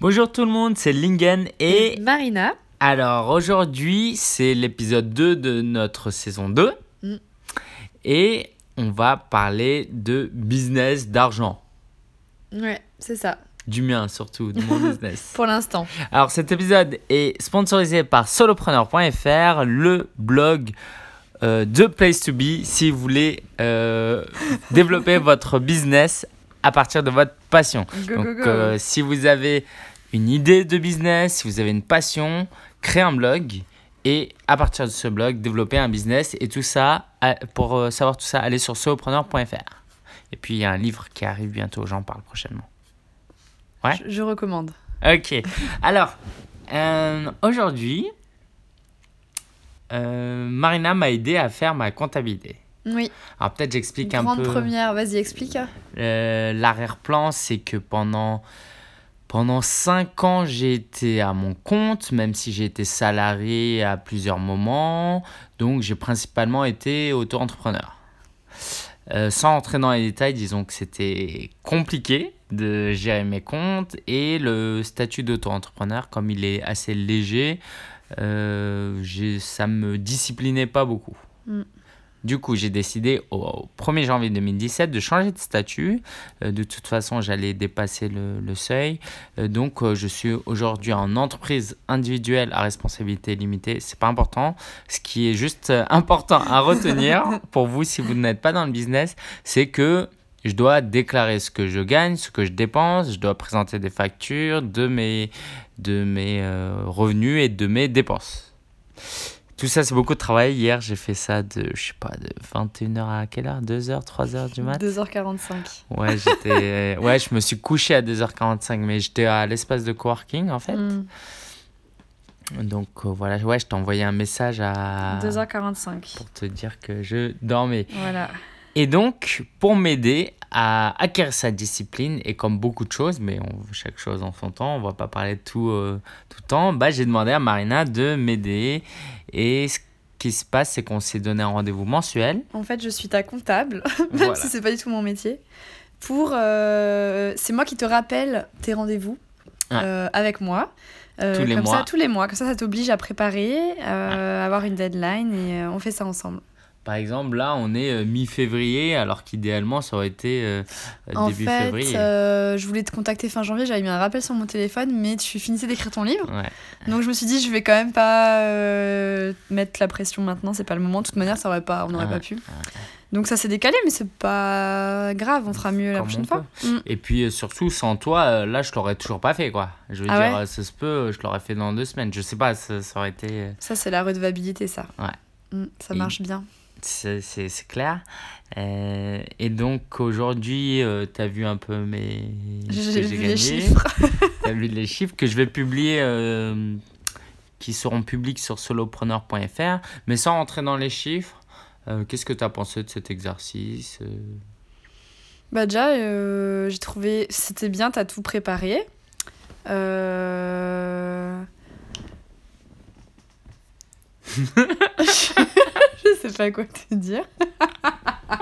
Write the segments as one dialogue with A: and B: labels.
A: Bonjour tout le monde, c'est Lingen et
B: Marina.
A: alors aujourd'hui c'est l'épisode 2 de notre saison 2
B: Mm.
A: et on va parler de business d'argent,
B: Ouais, c'est ça,
A: du mien surtout, de mon business.
B: pour l'instant.
A: Alors cet épisode est sponsorisé par solopreneur.fr, le blog euh, The Place to Be si vous voulez euh, développer votre business à partir de votre passion.
B: Go,
A: Donc,
B: go, go.
A: euh, si vous avez une idée de business, si vous avez une passion, créez un blog et à partir de ce blog, développez un business. Et tout ça, à- pour euh, savoir tout ça, allez sur solopreneur.fr. Et puis, il y a un livre qui arrive bientôt, j'en parle prochainement. ouais.
B: je, je recommande.
A: Ok. Alors, euh, aujourd'hui, euh, Marina m'a aidé à faire ma comptabilité.
B: Oui,
A: Alors, peut-être j'explique un
B: grande
A: peu.
B: première. Vas-y, explique.
A: Euh, L'arrière-plan, c'est que pendant, pendant 5 ans, j'ai été à mon compte, même si j'ai été salarié à plusieurs moments. Donc, j'ai principalement été auto-entrepreneur. Euh, sans entrer dans les détails, disons que c'était compliqué de gérer mes comptes et le statut d'auto-entrepreneur, comme il est assez léger, euh, j'ai- ça me disciplinait pas beaucoup.
B: Mm.
A: Du coup, j'ai décidé au, au 1er janvier 2017 de changer de statut. Euh, de toute façon, j'allais dépasser le, le seuil. Euh, donc, euh, je suis aujourd'hui en entreprise individuelle à responsabilité limitée. C'est pas important. Ce qui est juste euh, important à retenir pour vous, si vous n'êtes pas dans le business, c'est que je dois déclarer ce que je gagne, ce que je dépense. Je dois présenter des factures de mes, de mes euh, revenus et de mes dépenses. Tout ça, c'est beaucoup de travail. Hier, j'ai fait ça de, je sais pas, de 21h à quelle heure 2h, 3h du mat
B: 2h45.
A: Ouais, j'étais. euh, ouais, je me suis couché à 2h45, mais j'étais à l'espace de coworking en fait.
B: Mm,
A: Donc euh, voilà, ouais, je t'ai envoyé un message à.
B: 2h45.
A: Pour te dire que je dormais.
B: Voilà.
A: Et donc, pour m'aider à acquérir sa discipline, et comme beaucoup de choses, mais on- chaque chose en son temps, on va pas parler de tout, euh, tout le temps, bah, j'ai demandé à Marina de m'aider. Et ce qui se passe, c'est qu'on s'est donné un rendez-vous mensuel.
B: En fait, je suis ta comptable, même
A: Voilà.
B: si c'est pas du tout mon métier. Pour, euh, c'est moi qui te rappelle tes rendez-vous
A: Ouais.
B: euh, avec moi. Euh,
A: Tous les
B: comme
A: mois.
B: Ça, tous les mois. Comme ça, ça t'oblige à préparer, euh, avoir une deadline et euh, on fait ça ensemble.
A: Par exemple, là, on est euh, mi-février, alors qu'idéalement, ça aurait été euh,
B: en
A: début
B: fait,
A: février.
B: euh, je voulais te contacter fin janvier, j'avais mis un rappel sur mon téléphone, mais tu finissais d'écrire ton livre.
A: Ouais.
B: Donc je me suis dit, je vais quand même pas euh, mettre la pression maintenant, c'est pas le moment. De toute manière, ça aurait pas, on n'aurait
A: Ah Ouais,
B: pas pu. Donc ça s'est décalé, mais c'est pas grave, on fera mieux la
A: Comme on
B: prochaine fois. Mm.
A: Et puis euh, surtout, sans toi, euh, là, je l'aurais toujours pas fait, quoi. Je veux
B: Ah
A: dire,
B: ouais
A: euh, ça se peut, euh, je l'aurais fait dans deux semaines. Je sais pas, ça, ça aurait été. euh,
B: Ça, c'est la redevabilité, ça.
A: Ouais.
B: Mm, ça
A: Et-
B: marche bien.
A: C'est c'est- c'est clair. Euh, et donc aujourd'hui, tu t'as vu un peu mes. ce que
B: J'ai vu
A: gagné.
B: les chiffres.
A: T'as vu les chiffres que je vais publier, euh, qui seront publics sur solopreneur.fr. Mais sans rentrer dans les chiffres, euh, qu'est-ce que t'as pensé de cet exercice euh,
B: Bah déjà, euh, j'ai trouvé... C'était bien, t'as tout préparé. Euh... je sais pas quoi te dire.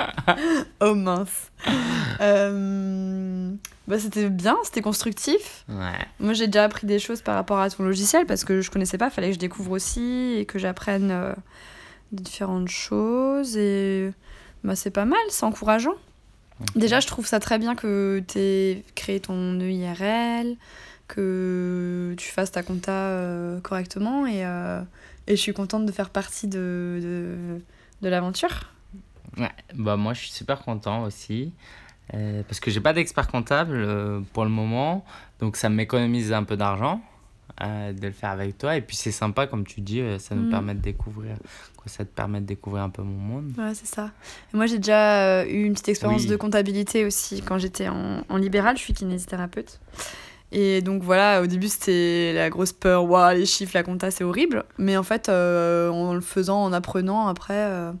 B: oh mince. Euh, Bah c'était bien, c'était constructif.
A: Ouais.
B: Moi j'ai déjà appris des choses par rapport à ton logiciel parce que je connaissais pas, fallait que je découvre aussi et que j'apprenne euh, différentes choses et bah, c'est pas mal, c'est encourageant. Déjà je trouve ça très bien que tu aies créé ton E EIRL, que tu fasses ta compta euh, correctement et, euh, et je suis contente de faire partie de, de, de l'aventure.
A: Ouais, bah moi je suis super content aussi. euh, parce que j'ai pas d'expert comptable euh, pour le moment, donc ça m'économise un peu d'argent euh, de le faire avec toi. Et puis c'est sympa, comme tu dis, euh, ça nous
B: Mm.
A: permet de découvrir. Quoi, ça te permet de découvrir un peu mon monde.
B: Ouais, c'est ça. Et moi j'ai déjà euh, eu une petite expérience
A: Oui.
B: de comptabilité aussi quand j'étais en, en libéral, je suis kinésithérapeute. Et donc voilà, au début c'était la grosse peur, Ouah, les chiffres, la compta, c'est horrible. Mais en fait, euh, en le faisant, en apprenant après, euh,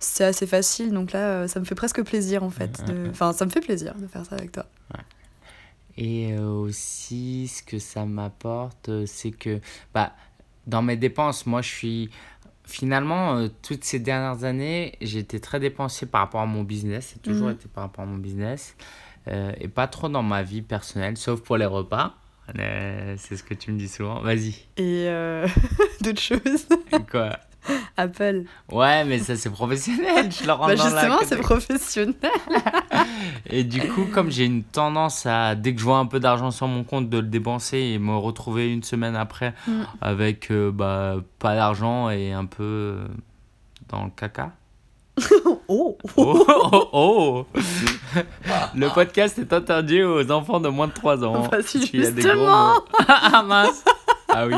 B: c'est assez facile. Donc là, euh, ça me fait presque plaisir en fait. de- Enfin, ça me fait plaisir de faire ça avec toi.
A: Et euh, aussi, ce que ça m'apporte, euh, c'est que bah, dans mes dépenses, moi je suis. Finalement, euh, toutes ces dernières années, j'ai été très dépensier par rapport à mon business. C'est toujours
B: Mhm.
A: été par rapport à mon business. euh, et pas trop dans ma vie personnelle, sauf pour les repas. Euh, c'est ce que tu me dis souvent. Vas-y.
B: Et euh, d'autres choses.
A: Quoi
B: Apple.
A: Ouais, mais ça c'est professionnel. Je le rends
B: Bah
A: dans la
B: justement, c'est
A: catégorie.
B: professionnel.
A: Et du coup, comme j'ai une tendance à, dès que je vois un peu d'argent sur mon compte, de le dépenser et me retrouver une semaine après
B: Mm.
A: avec euh, bah, pas d'argent et un peu euh, dans le caca.
B: Oh
A: Oh, oh, oh. Le podcast est interdit aux enfants de moins de 3 ans.
B: Bah, si,
A: S'il y a des
B: justement.
A: gros mots. ah mince Ah oui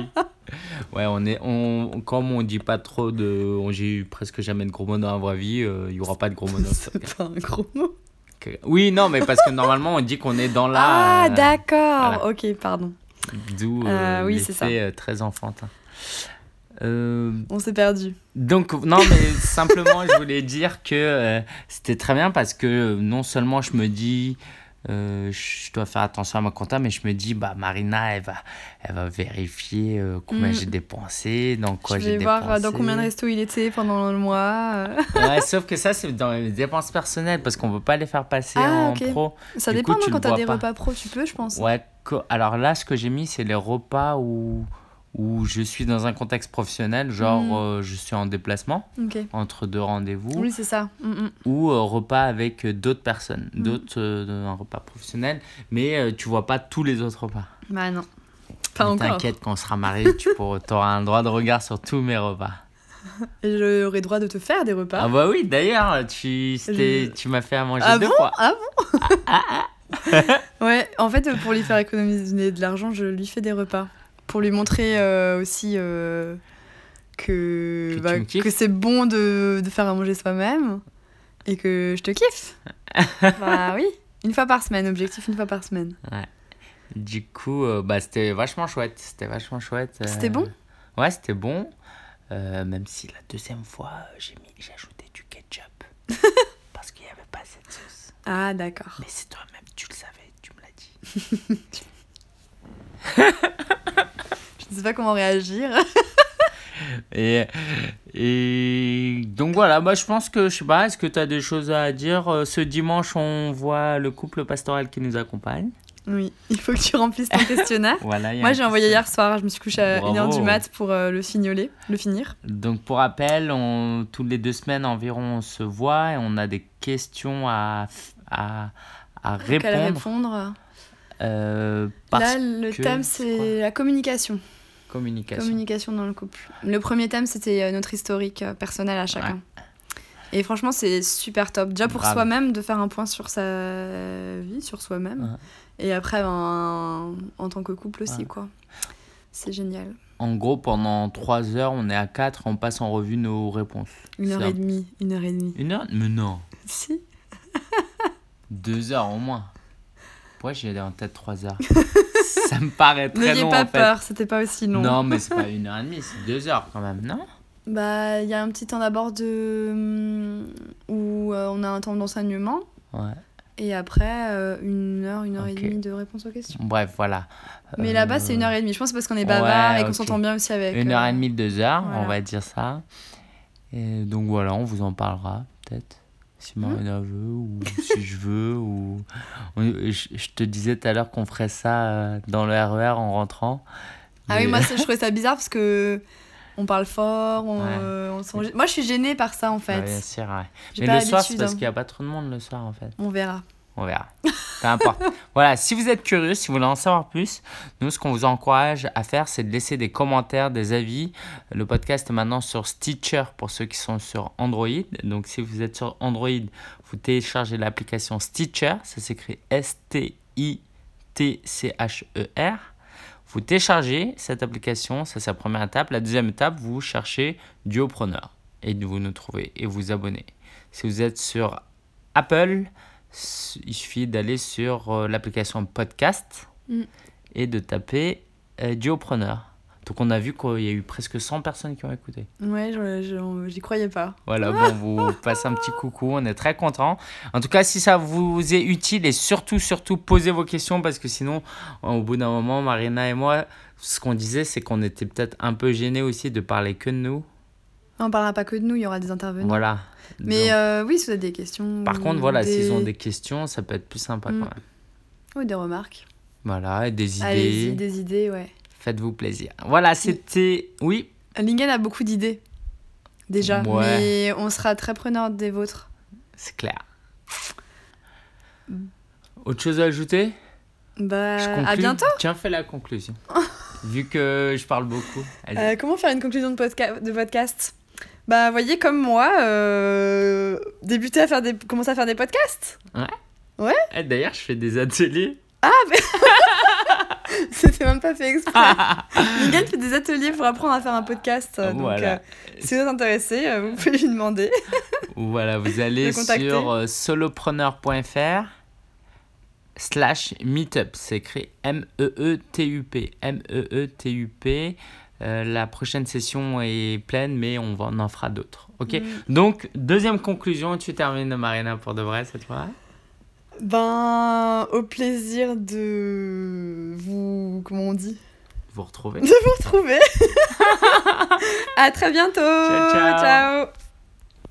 A: Ouais, on est, on, comme on dit pas trop de. on- J'ai eu presque jamais de gros mots dans la vraie vie, euh, il y aura pas de gros mots dans ce
B: C'est pas un gros mot.
A: Ok. Oui, non, mais parce que normalement, on dit qu'on est dans la.
B: ah, d'accord.
A: voilà.
B: Ok, pardon.
A: D'où euh,
B: Euh, oui, c'est ça.
A: l'effet, euh, très enfantin. Euh,
B: On s'est perdu.
A: donc, non, mais simplement, je voulais dire que euh, c'était très bien parce que euh, non seulement je me dis. euh, je dois faire attention à ma compta, mais je me dis, bah, Marina, elle va, elle va vérifier euh, combien
B: Mm.
A: j'ai dépensé, dans quoi
B: je
A: j'ai
B: vais
A: dépensé.
B: voir euh, dans combien de restos il était pendant le mois. euh.
A: Ouais, sauf que ça, c'est dans les dépenses personnelles parce qu'on peut pas les faire passer
B: Ah,
A: en
B: ok.
A: pro.
B: Ça
A: Du
B: dépend,
A: coup, tu
B: non,
A: le
B: quand t'as
A: vois
B: des
A: pas.
B: repas pro, tu peux, je pense.
A: Ouais, co- alors là, ce que j'ai mis, c'est les repas où, où je suis dans un contexte professionnel, genre
B: Mm.
A: euh, je suis en déplacement
B: Ok.
A: entre deux rendez-vous,
B: Oui, c'est ça. Mm, mm.
A: ou euh, repas avec euh, d'autres personnes, d'autres, euh, un repas professionnel, mais euh, tu vois pas tous les autres repas.
B: Bah non. Pas
A: Mais
B: encore.
A: T'inquiète, quand on sera mariés, tu pourras- auras un droit de regard sur tous mes repas.
B: Et j'aurais droit de te faire des repas.
A: Ah bah oui, d'ailleurs, tu, c'était-
B: Je-
A: tu m'as fait à manger
B: Ah
A: deux
B: bon
A: fois.
B: Ouais, en fait, euh, pour lui faire économiser de l'argent, je lui fais des repas. Pour lui montrer euh, aussi euh, que, bah,
A: Que tu me kiffes.
B: que c'est bon de, de faire à manger soi-même et que je te kiffe. bah oui, une fois par semaine, objectif une fois par semaine.
A: Du coup, euh, bah, c'était vachement chouette. C'était vachement chouette. euh,
B: C'était bon
A: Ouais, c'était bon. Euh, même si la deuxième fois, euh, j'ai mis, j'ai ajouté du ketchup. parce qu'il n'y avait pas cette sauce.
B: Ah d'accord.
A: Mais c'est toi-même, tu le savais, tu me l'as dit.
B: Je ne sais pas comment réagir.
A: Et, et donc voilà, bah, je pense que, je sais pas, est-ce que tu as des choses à dire Euh, Ce dimanche, on voit le couple pastoral qui nous accompagne.
B: oui, il faut que tu remplisses ton questionnaire.
A: Voilà, il y a
B: Moi,
A: un
B: j'ai envoyé
A: petit-
B: hier soir, je me suis couchée à 1h
A: Bravo.
B: du mat pour euh, le fignoler, le finir.
A: Donc pour rappel, on, toutes les deux semaines environ, on se voit et on a des questions à, à, à
B: Qu'elle
A: répondre.
B: répondre.
A: euh, parce
B: Là, le
A: que
B: thème,
A: c'est quoi
B: c'est la communication.
A: communication.
B: Communication dans le couple. Le premier thème, c'était euh, notre historique euh, personnel à chacun.
A: Ouais.
B: Et franchement, c'est super top. Déjà pour
A: Grave.
B: soi-même, de faire un point sur sa vie, sur soi-même. Et après, ben, en tant que couple aussi,
A: Ouais.
B: quoi. C'est génial.
A: En gros, pendant 3 heures, on est à 4, on passe en revue nos réponses.
B: Une heure
A: C'est un-
B: et demie. Une heure et demie.
A: Une heure Mais non,
B: Si.
A: 2 heures au moins. Pourquoi j'ai en tête 3 heures Ça me paraît très
B: N'ayez
A: long
B: pas
A: en fait.
B: peur, c'était pas aussi long.
A: Non, mais c'est pas une heure et demie, c'est 2 heures quand même, non
B: Bah, il y a un petit temps d'abord de... hum, où euh, on a un temps d'enseignement.
A: Ouais.
B: Et après, euh, une heure, une heure
A: Ok.
B: et demie de réponse aux questions.
A: Bref, voilà.
B: Mais
A: Euh,
B: là-bas, c'est une heure et demie. Je pense parce qu'on est bavard
A: ouais,
B: et qu'on
A: ok.
B: s'entend bien aussi avec.
A: Une heure
B: euh,
A: et demie, deux heures, on
B: voilà.
A: va dire ça. Et donc voilà, on vous en parlera peut-être. Si
B: Hmm.
A: Marina veut, ou si je veux, ou. on- Je, je te disais tout à l'heure qu'on ferait ça euh, dans le RER en rentrant.
B: Ah oui,
A: Mais-
B: moi, ça- je trouvais ça bizarre parce que on parle fort, on,
A: Ouais.
B: euh, on s'en- Moi, je suis gênée par ça en
A: Ouais,
B: fait.
A: bien sûr, ouais.
B: J'ai
A: Mais
B: pas
A: le soir, c'est
B: l'habitude,
A: parce
B: hein.
A: qu'il n'y a pas trop de monde le soir en fait.
B: On verra.
A: On verra. Peu importe. voilà, si vous êtes curieux, si vous voulez en savoir plus, nous, ce qu'on vous encourage à faire, c'est de laisser des commentaires, des avis. Le podcast est maintenant sur Stitcher pour ceux qui sont sur Android. Donc, si vous êtes sur Android, vous téléchargez l'application Stitcher. Ça s'écrit S-T-I-T-C-H-E-R. E Vous téléchargez cette application, ça c'est la première étape. La deuxième étape, vous cherchez Duopreneur et vous nous trouvez et vous abonnez. Si vous êtes sur Apple, s- il suffit d'aller sur euh, l'application podcast
B: Mm.
A: et de taper euh, Duopreneur. Donc on a vu qu'il y a eu presque 100 personnes qui ont écouté.
B: Ouais, je- je- j'y croyais pas.
A: Voilà, bon, on vous passe un petit coucou, on est très content. En tout cas, si ça vous est utile et surtout, surtout, posez vos questions parce que sinon, euh, au bout d'un moment, Marina et moi, ce qu'on disait, c'est qu'on était peut-être un peu gênés aussi de parler que de nous.
B: On parlera pas que de nous, il y aura des intervenants.
A: Voilà.
B: Mais
A: Donc,
B: euh, oui, si vous avez des questions.
A: par
B: ou
A: contre, voilà, s'ils ont des questions, ça peut être plus sympa
B: Mm. Ah,
A: quand même.
B: Ou des remarques.
A: Voilà, et des
B: Allez-y,
A: idées.
B: des idées, ouais.
A: Faites-vous plaisir. Voilà, c'était. Oui,
B: Lingen a beaucoup d'idées, déjà.
A: Ouais.
B: Mais on sera très preneur des vôtres.
A: c'est clair. Mm. Autre chose à ajouter
B: Bah,
A: Je
B: à
A: conclus.
B: bientôt.
A: Tiens, fais la conclusion. Vu que je parle beaucoup. Vas-y.
B: Euh, comment faire une conclusion de, podca- de podcast Bah, voyez, comme moi, euh, débuter à faire des, commencer à faire des podcasts.
A: Eh, D'ailleurs, je fais des ateliers.
B: C'était même pas fait exprès. Lingen fait des ateliers pour apprendre à faire un podcast. euh, Donc,
A: Voilà.
B: euh, si vous êtes intéressé, euh, vous pouvez lui demander.
A: Voilà, vous allez
B: Me contacter.
A: sur euh, solopreneur.fr slash meetup. C'est écrit E M-E-E-T-U-P. E M-E-E-T-U-P. Euh, la prochaine session est pleine, mais on va- on en fera d'autres. Ok Donc, deuxième conclusion, tu termines, Marina, pour de vrai cette fois.
B: Ben, au plaisir de vous. Comment on dit
A: Vous retrouvez.
B: De vous retrouver. à très bientôt.
A: Ciao, ciao.
B: ciao.